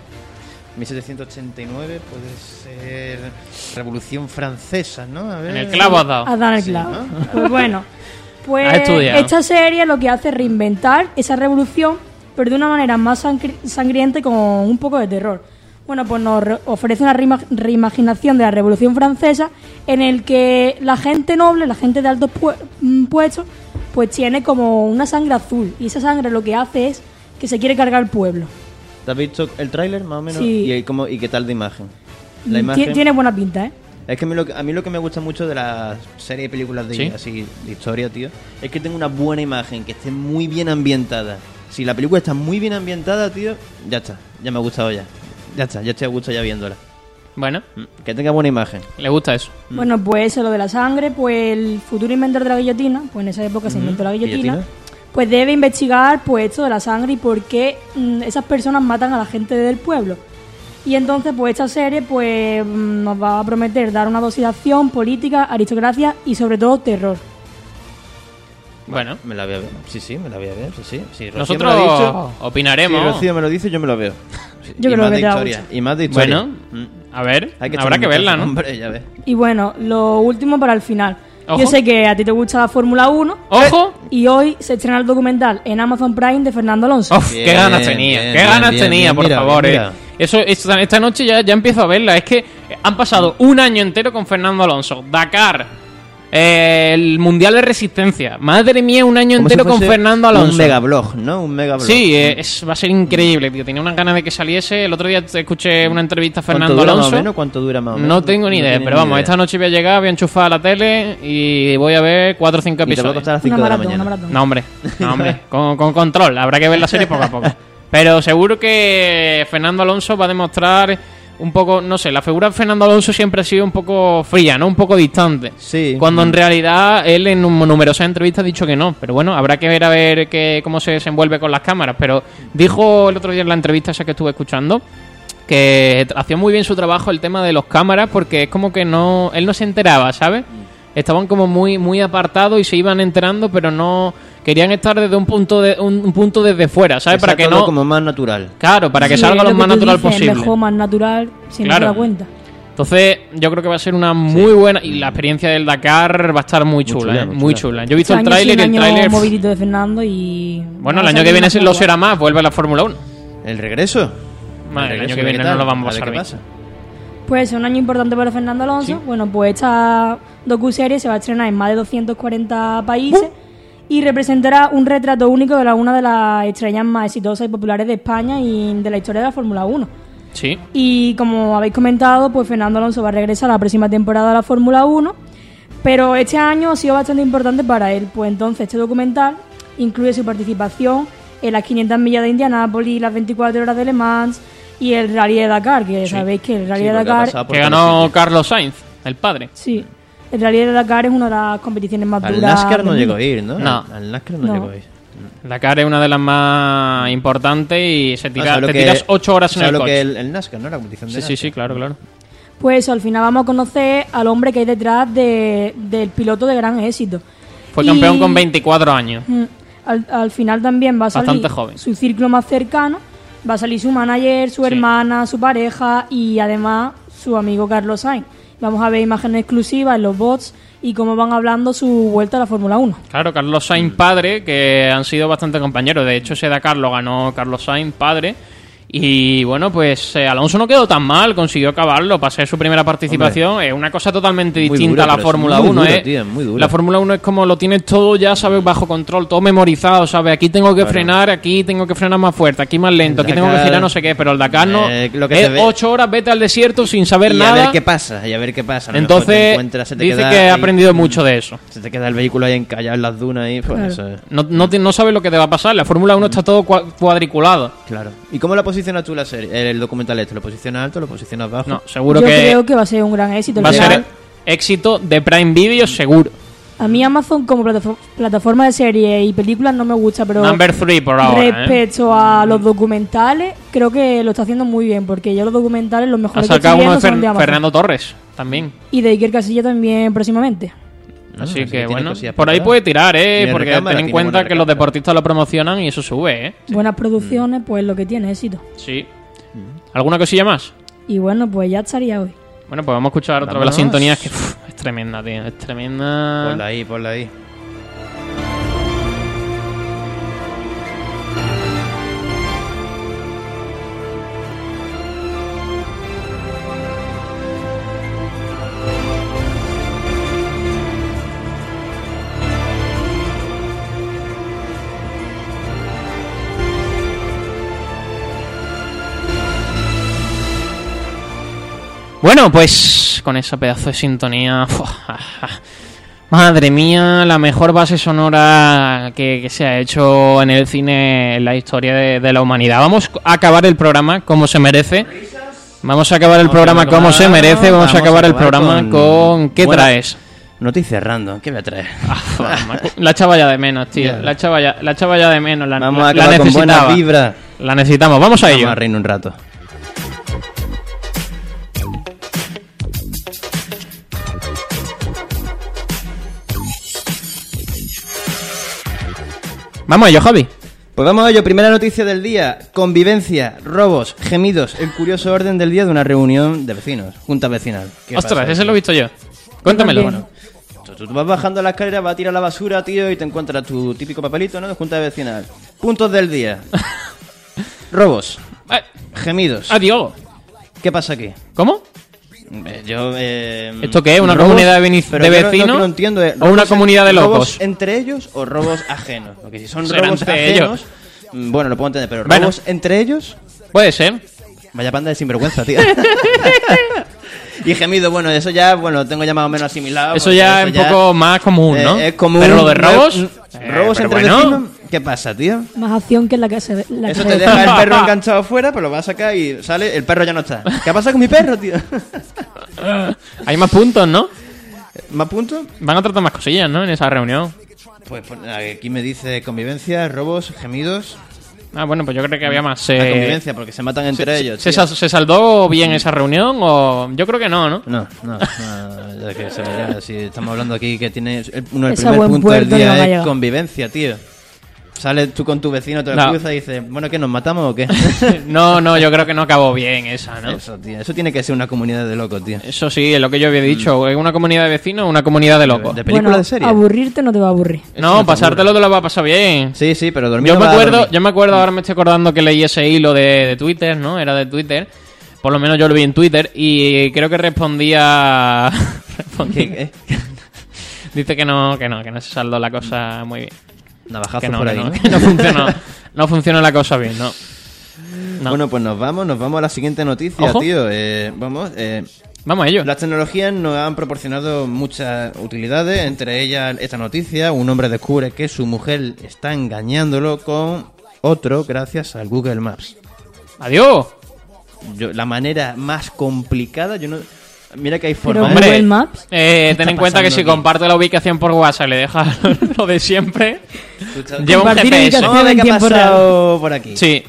bien. 1789 puede ser Revolución Francesa, ¿no? A ver.
En el clavo has dado.
A dar el
Sí,
clavo.
¿no?
Pues bueno. Pues
Ha estudiado.
esta serie lo que hace es reinventar esa revolución, pero de una manera más sangri- sangrienta y con un poco de terror. Bueno, pues nos re- ofrece una reima- reimaginación de la Revolución Francesa en el que la gente noble, la gente de altos pue- mm, puestos, pues tiene como una sangre azul. Y esa sangre lo que hace es que se quiere cargar el pueblo.
¿Te has visto el tráiler más o menos?
Sí.
¿Y, el cómo- ¿Y qué tal de imagen? La
Ti-
imagen.
Tiene buena pinta, ¿eh?
Es que a mí, lo, que- a mí lo que me gusta mucho de las series y películas de,
Sí.
así, de historia, tío, es que tenga una buena imagen, que esté muy bien ambientada. Si la película está muy bien ambientada, tío, ya está, ya me ha gustado ya. Ya está, ya estoy a gusto ya viéndola.
Bueno,
Mm, Que tenga buena imagen.
le gusta eso.
Bueno, pues eso, lo de la sangre, pues el futuro inventor de la guillotina, pues en esa época
Mm.
se inventó la guillotina,
guillotina.
pues debe investigar pues esto de la sangre y por qué mm, esas personas matan a la gente del pueblo. Y entonces, pues esta serie pues mm, nos va a prometer dar una dosis de acción, política, aristocracia y sobre todo terror.
Bueno,
Me la voy a ver. Sí, sí, me la voy a ver. Sí, sí. Si Rocío
nosotros
me lo ha dicho-
opinaremos.
Si Rocío me lo dice, yo me lo veo. Sí,
Yo
y
creo
más
que
de
te va a
historia.
gustar.
Y más de historia.
Bueno,
Mm.
a ver,
Hay
habrá
echarle
que
un
verla,
vistazo,
¿no?
Hombre, ya ves.
Y bueno, lo último para el final.
Ojo.
Yo sé que a ti te gusta la Fórmula 1
¡Ojo!
y hoy se estrena el documental en Amazon Prime de Fernando Alonso.
Uf,
Eh, Bien,
qué ganas tenía,
bien,
qué ganas
bien,
tenía,
bien,
por
mira,
favor.
bien,
eh.
mira.
Eso, esta, esta noche ya, ya empiezo a verla. Es que han pasado un año entero con Fernando Alonso. Dakar, eh, el Mundial de Resistencia. Madre mía, un año
Como si
entero con
fuese
Fernando Alonso.
Un megablog, ¿no? Un megablog.
Sí, eh, es- va a ser increíble, tío. Tenía unas ganas de que saliese. El otro día te escuché una entrevista a
Mm. ¿Cuánto
Fernando
dura más o
Alonso.
menos? ¿Cuánto dura más o menos?
No tengo ni
No
idea,
tienes
pero
ni
vamos,
idea.
esta noche voy a llegar, voy a enchufar la tele y voy a ver cuatro o cinco
Y te va a
episodios.
costar a las
Una
5 de la
maratón, una
mañana.
maratón.
No, hombre, no, hombre. Con, con control, habrá que ver la serie poco a poco. Pero seguro que Fernando Alonso va a demostrar un poco, no sé, la figura de Fernando Alonso siempre ha sido un poco fría, ¿no? Un poco distante.
Sí.
Cuando en realidad él en un- numerosas entrevistas ha dicho que no. Pero bueno, habrá que ver a ver qué- cómo se desenvuelve con las cámaras. Pero dijo el otro día en la entrevista esa que estuve escuchando que hacía muy bien su trabajo el tema de los cámaras porque es como que no él no se enteraba, ¿sabes? Estaban como muy muy apartados y se iban enterando, pero no querían estar desde un punto de un, un punto desde fuera, ¿sabes? Para
sea
que
todo
no
como más natural.
claro, para que
Sí,
salga
es
lo
que
más
tú
natural
dices,
posible.
Mejor, más natural, sin
Claro.
dar cuenta.
Entonces, yo creo que va a ser una muy buena y la experiencia del Dakar va a estar muy chula,
chula,
¿eh?
muy
muy
chula.
chula. Yo he visto
Este
el
año
tráiler
sí,
y el
un año
tráiler
movidito de Fernando y...
bueno, el
vamos a
año que
ver
viene
una
lo
curva.
será más, vuelve a la Fórmula 1.
¿El regreso?
Madre, el
regreso,
año que
¿qué
viene no
tal?
lo vamos a
ver
pasar
qué
bien.
pasa.
Pues un año importante para Fernando Alonso. Bueno, pues esta docuserie se va a estrenar en más de 240 países
Uh.
y representará un retrato único de la una de las estrellas más exitosas y populares de España y de la historia de la Fórmula 1.
Sí.
Pues
Y como habéis comentado, pues Fernando Alonso va a regresar a la próxima temporada de la Fórmula 1. Pero este año ha sido bastante importante para él. Pues entonces este documental incluye su participación en las 500 millas de Indianápolis, las 24 horas de Le Mans y el Rally de Dakar, que sabéis que el Rally
Sí, porque
de
ha
Dakar...
pasado por
Que
todos
ganó
los
Carlos Sainz, el padre.
Sí, el Rally de Dakar es una de las competiciones más
sitios. Al
duras.
NASCAR no
del
llegó a
mundo.
ir, ¿no?
No.
Al- Al NASCAR no,
No.
llegó a ir.
Dakar es una de las más importantes y se
Ah,
tira,
¿sabes lo
te
que-
tiras 8 horas en
¿sabes
el
lo que
coche.
el, el NASCAR, ¿no? La competición de
Sí, sí, sí, claro, claro.
Pues eso, al final vamos a conocer al hombre que hay detrás de- del piloto de gran éxito.
Fue
Y-
campeón con 24 años.
Mm. Al, al final también va a salir
Bastante joven.
su círculo más cercano, va a salir su manager, su
Sí.
hermana, su pareja y además su amigo Carlos Sainz. Vamos a ver imágenes exclusivas en los bots y cómo van hablando su vuelta a la Fórmula 1.
Claro, Carlos
Mm.
Sainz padre, que han sido bastante compañeros. De hecho, ese Dakar lo ganó Carlos Sainz padre. Y bueno, pues eh, Alonso no quedó tan mal, consiguió acabarlo, pasé su primera participación. es una cosa totalmente
Muy
distinta
dura,
a la
pero es
Fórmula
muy
1.
dura,
¿eh?
tío, es muy dura.
La Fórmula 1 es como lo tienes todo ya, sabes, bajo control, todo memorizado, ¿sabes? Aquí tengo que frenar, aquí tengo que frenar más fuerte, aquí más lento, aquí tengo que
Dakar-
girar no sé qué, pero el Dakar no.
Eh, lo que
es
se ve.
8 horas, vete al desierto sin
Y
saber
a
nada.
ver qué pasa, y a ver qué pasa. A lo mejor te
Entonces,
encuentras, se te
dice
queda
que ha
ahí-
aprendido mucho de eso.
Se te queda el vehículo ahí encallado en las dunas y pues eso es.
No, no, te- no sabes lo que te va a pasar. La Fórmula 1 está todo cua- cuadriculado.
Claro. ¿Y cómo la posicionas tú la serie? El documental este, ¿lo posicionas alto, lo posicionas bajo?
No, seguro
Yo
que
creo que va a ser un gran éxito.
va a
Al final,
ser éxito de Prime Video seguro.
A mí Amazon como platafo- plataforma de series y películas no me gusta, pero
Number 3 por ahora. ¿eh?
respecto a los documentales, creo que lo está haciendo muy bien, porque ya los documentales los
Ha
mejores que estoy
sacado uno de
viendo son
Fer-
de Amazon.
Fernando Torres también.
Y de Iker Casilla también próximamente.
Ah, así
Así
que
que
tiene
bueno,
cosillas
por ahí
preparadas.
puede tirar, ¿eh?
Tiene
Porque
recámara,
ten en
tiene
cuenta
buena
que los
recámara.
deportistas lo promocionan y eso sube, ¿eh?
Buenas
Mm.
producciones, pues lo que tiene éxito.
Sí.
Mm.
¿Alguna cosilla más?
Y bueno, pues ya estaría hoy.
Bueno, pues vamos a escuchar otra vez la
Vámonos.
sintonía, que pff, es tremenda, tío. Es
Ponla
tremenda.
ahí, ponla ahí.
Bueno, pues con esa pedazo de sintonía. Madre mía, la mejor base sonora que, que se ha hecho en el cine en la historia de, de la humanidad. Vamos a acabar el programa como se merece. Vamos a acabar el
Vamos a
programa como se
acabar,
merece. Vamos, a acabar el programa con... ¿Qué
Bueno,
traes?
No te estoy cerrando, ¿qué voy a traer?
Ah, La echaba ya de menos, tío.
Ya.
La echaba ya, la echaba ya de menos. La,
Vamos
la-
a
la
acabar con buena
necesitaba.
vibra.
La necesitamos. Vamos a
Vamos
ello.
a reír un rato.
Vamos a ello, Javi.
Pues vamos a ello, primera noticia del día. Convivencia, robos, gemidos, el curioso orden del día de una reunión de vecinos, junta vecinal. ¿Qué
Ostras,
pasa?
ese lo he visto yo. Cuéntamelo.
también.
Tú, tú vas bajando la escalera, vas a tirar la basura, tío, y te encuentras tu típico papelito, ¿no? De junta vecinal. Puntos del día. robos,
Eh,
gemidos.
adiós.
¿Qué pasa aquí?
¿Cómo?
Eh, Yo, eh,
¿Esto qué es? ¿Una
robos,
comunidad de veni-
pero
de
yo no- no-
vecinos?
no entiendo, eh,
¿O una
robos en-
comunidad de
robos
locos?
entre ellos o robos ajenos? Porque si son
Serán
robos
entre
ajenos... mm, Bueno, lo puedo entender, pero
Bueno.
robos entre ellos...
Puede ser.
Vaya panda de sinvergüenza, tío. y gemido, bueno, eso ya, bueno, lo tengo ya más o menos asimilado.
Eso
porque
ya es un poco más común,
eh,
¿no?
es común.
Pero lo de
no es-
robos.
mm,
eh,
¿Robos
pero
entre
bueno.
vecinos? ¿Qué pasa, tío?
Más acción que la que se ve. la que
Eso
se
te
ve.
deja el perro enganchado afuera, pero lo vas a sacar y sale, el perro ya no está. ¿Qué ha pasado con mi perro, tío?
Hay más puntos, ¿no?
¿Más puntos?
Van a tratar más cosillas, ¿no? En esa reunión.
Pues pon- aquí me dice convivencia, robos, gemidos.
Ah, bueno, pues yo creo que había más.
La
eh,
convivencia, porque se matan entre ellos.
¿Se,
tío.
sal- se saldó bien esa reunión o.? Yo creo que no, ¿no?
No, no, no, ya que se me llama, si estamos hablando aquí que tiene el- uno del
Ese
primer
buen
punto del
puerto le van a
día es
llegar.
convivencia, tío. Sales tú con tu vecino, te lo
No.
cruzas y dices, bueno, que nos matamos o qué?
no, no, yo creo que no acabó bien esa, ¿no?
Eso, tío, eso tiene que ser una comunidad de locos, tío.
Eso sí, es lo que yo había dicho. Es una comunidad de vecinos, una comunidad de locos.
Mm. De película
Bueno,
de serie.
Aburrirte no te va a aburrir.
No, pasártelo te lo va a pasar bien.
Sí, sí, pero
Yo
dormir no
me
va a
acuerdo,
dormir.
yo me acuerdo, ahora me estoy acordando que leí ese hilo de, de Twitter, ¿no? Era de Twitter. Por lo menos yo lo vi en Twitter y creo que respondía. respondía-
¿Qué-
Dice que no, que no, que no se saldó la cosa muy bien.
qué? Navajazos
Que no,
por
que
ahí,
no,
¿no?
que no funcionó. No funcionó la cosa bien, no. No.
Bueno, pues nos vamos, nos vamos a la siguiente noticia,
Ojo.
tío. Eh, vamos, eh,
Vamos a ello.
Las tecnologías nos han proporcionado muchas utilidades, entre ellas esta noticia, un hombre descubre que su mujer está engañándolo con otro gracias al Google Maps.
Adiós.
Yo- la manera más complicada, yo no... Mira que hay
Pero
formas...
Hombre.
Google Maps,
Eh,
está
ten en cuenta que
pasando
si
aquí?
comparte la ubicación por WhatsApp y le dejas lo de siempre.
Escucha,
Lleva un
Compartir
GPS.
ubicación.
Vamos a ver qué ha
tiempo
pasado por aquí.
Sí.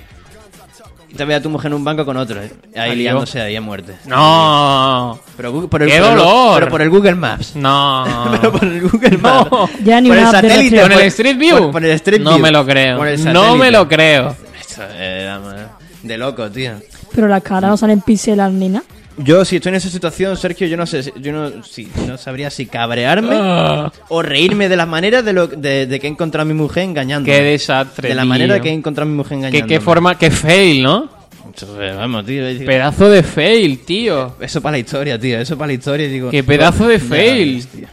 Y Te ve a tu mujer en un banco con otro, eh, ahí
Ay,
liándose ahí a muerte.
No.
Pero, Gu- por el,
¡Qué
por el-
dolor!
pero por el Google Maps.
No.
Pero por el Google Maps.
No.
Ya ni
por
una
el
app de
satélite.
los
¿Con
por-
el Street View?
Por, por el Street
no
View.
me lo creo.
Por el
No
satélite.
me lo creo.
Esto, eh, vamos, de loco, tío.
pero las caras no salen pixeladas ni nada.
Yo, si estoy en esa situación, Sergio, yo no sé, si- yo no, si- no sabría si cabrearme
Ah,
o reírme de las maneras de, lo, de, de que he encontrado a mi mujer engañando.
qué desastre.
De la
tío.
manera que he encontrado a mi mujer
Qué,
engañando.
qué forma, qué fail, ¿no?
mucho. eh, Vamos, tío. Digo,
Pedazo de fail, tío.
Eso para la historia, tío. Eso para la historia. Digo,
Qué pedazo de
Ya
fail.
ves, tío.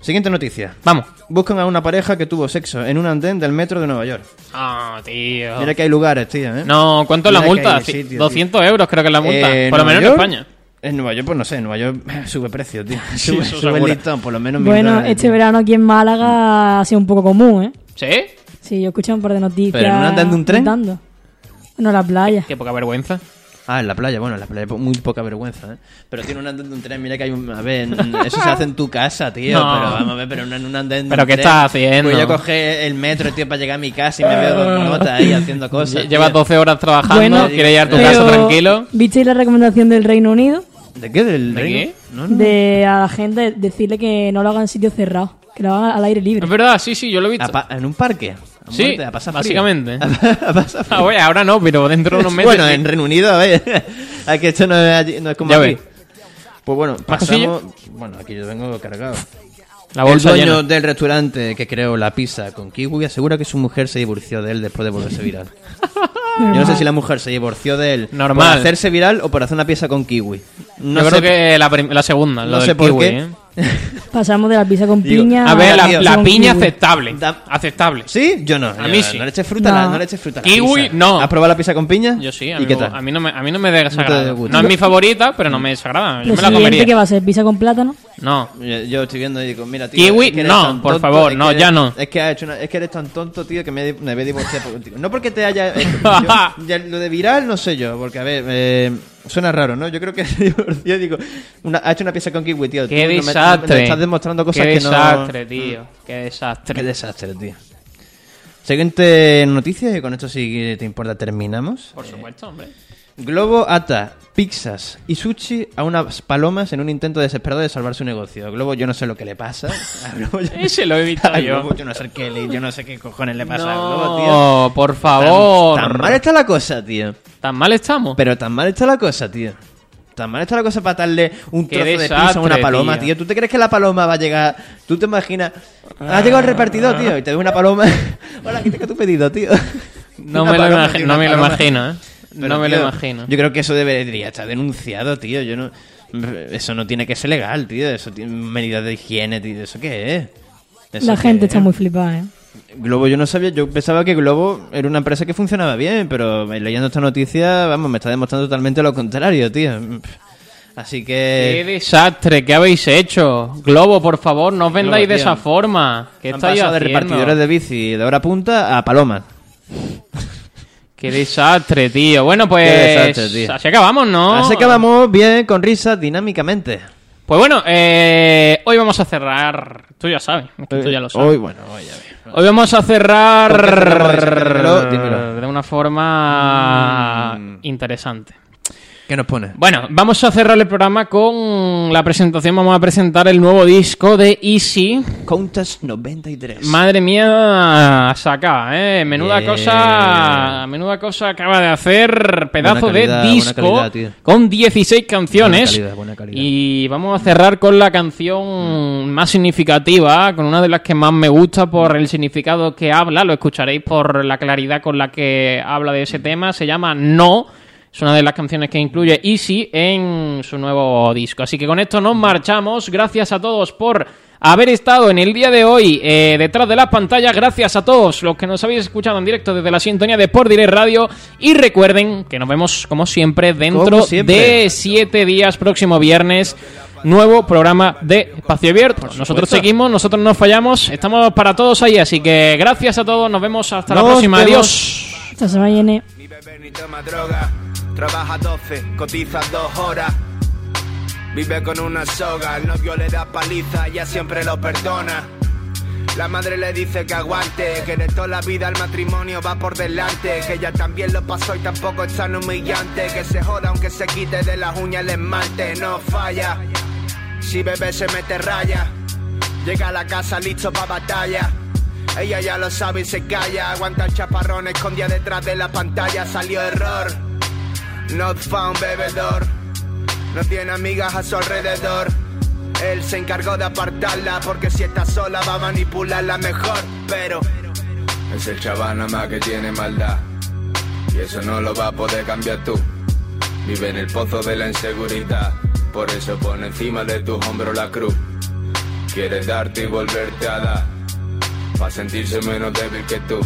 Siguiente noticia.
Vamos.
Buscan a una pareja que tuvo sexo en un andén del metro de Nueva York.
Ah, tío.
Mira que hay lugares, tío. ¿eh?
No, ¿cuánto es la
Mira que
multa?
hay
Sí,
sitio, tío.
200 euros creo que es la multa.
Eh,
Por lo menos
¿Nueva
en
York?
España.
En Nueva York, pues no sé, en Nueva York sube precio, tío.
Sí,
sube
eso
sube el
seguro.
listón, por lo menos. mil
Bueno,
dólares,
este
tío.
verano aquí en Málaga ha sido un poco común, ¿eh?
¿Sí?
Sí, yo escuché un par de noticias.
¿Pero en un andén de un tren?
contando. No, la playa.
Qué poca vergüenza.
Ah, en la playa, bueno, en la playa, po- muy poca vergüenza, ¿eh? Pero tiene un andén de un tren, mira que hay un. A ver, en- eso se hace en tu casa, tío.
No.
Pero vamos a ver, pero en un- en un andén. de
¿Pero
un
qué
tren,
estás haciendo?
Pues yo cogí el metro, tío, para llegar a mi casa y me veo con nota ahí haciendo cosas.
Lle- Llevas
tío.
12 horas trabajando,
Bueno,
quieres ir a tu
pero,
casa tranquilo.
¿Visteis la recomendación del Reino Unido?
¿De qué? ¿Del
¿De
reino?
qué?
No, no.
De a la gente decirle que no lo hagan en sitio cerrado, que lo hagan al aire libre.
Es verdad, sí, sí, yo lo he visto.
A pa- ¿En un parque? A
Sí,
muerte, a pasar frío.
básicamente.
A pasar frío.
Ah, bueno, ahora no, pero dentro de unos meses.
Bueno,
sí.
en Reino Unido, a ver, a que esto no es, allí- no es como
Ya
aquí.
ves.
Pues bueno,
cosillas?
pasamos... Bueno, aquí yo vengo cargado.
la bolsa
el dueño
llena.
del restaurante que creó la pizza con kiwi asegura que su mujer se divorció de él después de volverse viral. Yo no sé si la mujer se divorció de él
Normal.
por hacerse viral o por hacer una pizza con kiwi. No
yo
sé,
creo que la, prim- la segunda,
no
lo del
sé por
kiwi,
qué.
¿eh?
Pasamos de la pizza con
Digo,
piña
A ver, la,
tío.
la
con
piña
kiwi.
aceptable.
Da-
Aceptable.
¿Sí? Yo no.
A
Yo
mí
no.
sí.
No le eches fruta, a la-
No.
no le eches fruta. a la
Kiwi,
pizza.
no.
¿Has probado la pizza con piña?
Yo sí,
¿Y
amigo.
qué tal?
A mí no me, a mí no me desagrada. No,
gusta.
es mi favorita, pero no me desagrada. Yo
Lo
me la
Pues siguiente
comería.
que va a ser pizza con plátano.
No.
Yo, yo estoy viendo y digo, mira, tío.
Kiwi,
es que eres
no,
tan
por
tonto,
favor,
es
no,
que eres-
ya no.
Es que, has hecho una- es que eres tan tonto, tío, que me, he di- me he divorciado. por- digo, No porque te haya. eh, yo- ya lo de viral, no sé yo, porque a ver, eh, suena raro, ¿no? Yo creo que se divorció, digo, una, ha hecho una pieza con Kiwi, tío.
Qué
tú no me- no me-
desastre.
me estás demostrando cosas
Qué
que
desastre,
no.
tío. Qué
Qué
desastre.
desastre, tío. Siguiente noticia, y con esto, si te importa, terminamos.
Por supuesto, hombre.
Globo ata pizzas y sushi a unas palomas en un intento desesperado de salvar su negocio. Globo, yo no sé lo que le pasa. A Globo, yo-
Ese lo he visto
a
yo.
Globo, yo no sé qué le- yo no sé qué cojones le pasa a Globo, tío.
No, por
Tan-
favor.
Tan, mal está la cosa, tío.
¿Tan mal estamos.
Pero tan mal está la cosa, tío. Tan mal está la cosa para darle un
Qué
trozo de pizza
desastre,
a una paloma,
tío.
tío. ¿Tú te crees que la paloma va a llegar? ¿Tú te imaginas? Ha llegado el repartidor, tío, y te ve una paloma. Hola, aquí tengo tu pedido, tío.
no
Una
me, lo,
paloma,
imagi-
tío,
no
una
me lo
paloma.
imagino, ¿eh?
Pero,
no me lo
tío,
imagino.
Yo creo que eso debería estar denunciado, tío. Yo no, eso no tiene que ser legal, tío. Eso tiene medidas de higiene, tío. ¿Eso qué es? ¿Eso
La
qué
gente
es?
está muy flipada, ¿eh?
Globo, yo no sabía. Yo pensaba que Globo era una empresa que funcionaba bien, pero leyendo esta noticia, vamos, me está demostrando totalmente lo contrario, tío. Así
Qué
que.
desastre, ¿qué habéis hecho? Globo, por favor, no os vendáis
Globo,
de
tío.
esa forma. ¿Qué
han
estáis
pasado de repartidores
haciendo?
de bici de hora punta a palomas.
Qué desastre, tío. Bueno, pues.
desastre, tío.
Así acabamos, ¿no?
Así que vamos bien, con risa, dinámicamente.
Pues bueno, eh, hoy vamos a cerrar. Tú ya sabes, es que tú ya lo sabes.
Hoy, bueno, hoy a ver.
Hoy vamos a
Oh. ¿Por qué cerramos ese?
cerrar
Dímelo, dímelo. Mm.
de una forma interesante.
¿Qué nos pone?
Bueno, vamos a cerrar el programa con la presentación. Vamos a presentar el nuevo disco de Easy.
Countess 93.
Madre mía, saca, eh. Menuda
Bien.
cosa, menuda cosa acaba de hacer. Pedazo
Buena calidad,
de
buena
disco
calidad, tío.
con 16 canciones.
Buena calidad, buena calidad.
Y vamos a cerrar con la canción más significativa, con una de las que más me gusta por el significado que habla. Lo escucharéis por la claridad con la que habla de ese tema. Se llama No. Es una de las canciones que incluye Easy en su nuevo disco. Así que con esto nos marchamos. Gracias a todos por haber estado en el día de hoy eh, detrás de las pantallas. Gracias a todos los que nos habéis escuchado en directo desde la sintonía de Sport Direct Radio. Y recuerden que nos vemos, como siempre, dentro
Como siempre.
de siete días, próximo viernes, nuevo programa de Espacio Abierto. Nosotros seguimos, nosotros no fallamos, estamos para todos ahí, así que gracias a todos, nos vemos hasta la
Nos
próxima,
vemos.
adiós.
Esta semana viene
Ni beber ni toma droga. Trabaja 12, cotiza dos horas. Vive con una soga, el novio le da paliza, ella siempre lo perdona. La madre le dice que aguante, que de toda la vida el matrimonio va por delante, que ella también lo pasó y tampoco es tan humillante, que se joda aunque se quite de las uñas el esmalte, no falla. Si bebé se mete raya, llega a la casa listo para batalla. Ella ya lo sabe y se calla, aguanta el chaparrón, escondía detrás de la pantalla, salió error. Not found bebedor, no tiene amigas a su alrededor. Él se encargó de apartarla porque si está sola va a manipularla mejor, pero... Es el chavana más que tiene maldad. Y eso no lo va a poder cambiar tú. Vive en el pozo de la inseguridad. Por eso pone encima de tus hombros la cruz. Quieres darte y volverte a dar. Para sentirse menos débil que tú.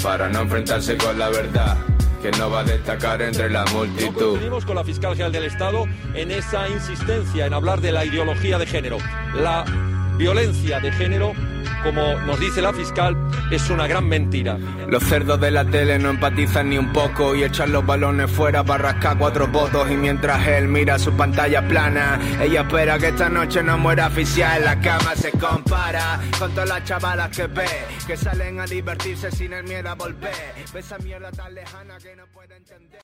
Para no enfrentarse con la verdad. Que no va a destacar entre la
No
multitud.
coincidimos con la fiscal general del Estado en esa insistencia en hablar de la ideología de género. La violencia de género, como nos dice la fiscal, es una gran mentira.
Los cerdos de la tele no empatizan ni un poco y echan los balones fuera para rascar cuatro votos. Y mientras él mira su pantalla plana, ella espera que esta noche no muera oficial. En la cama se compara con todas las chavalas que ve, que salen a divertirse sin el miedo a volver. Ve esa mierda tan lejana que no puede entender.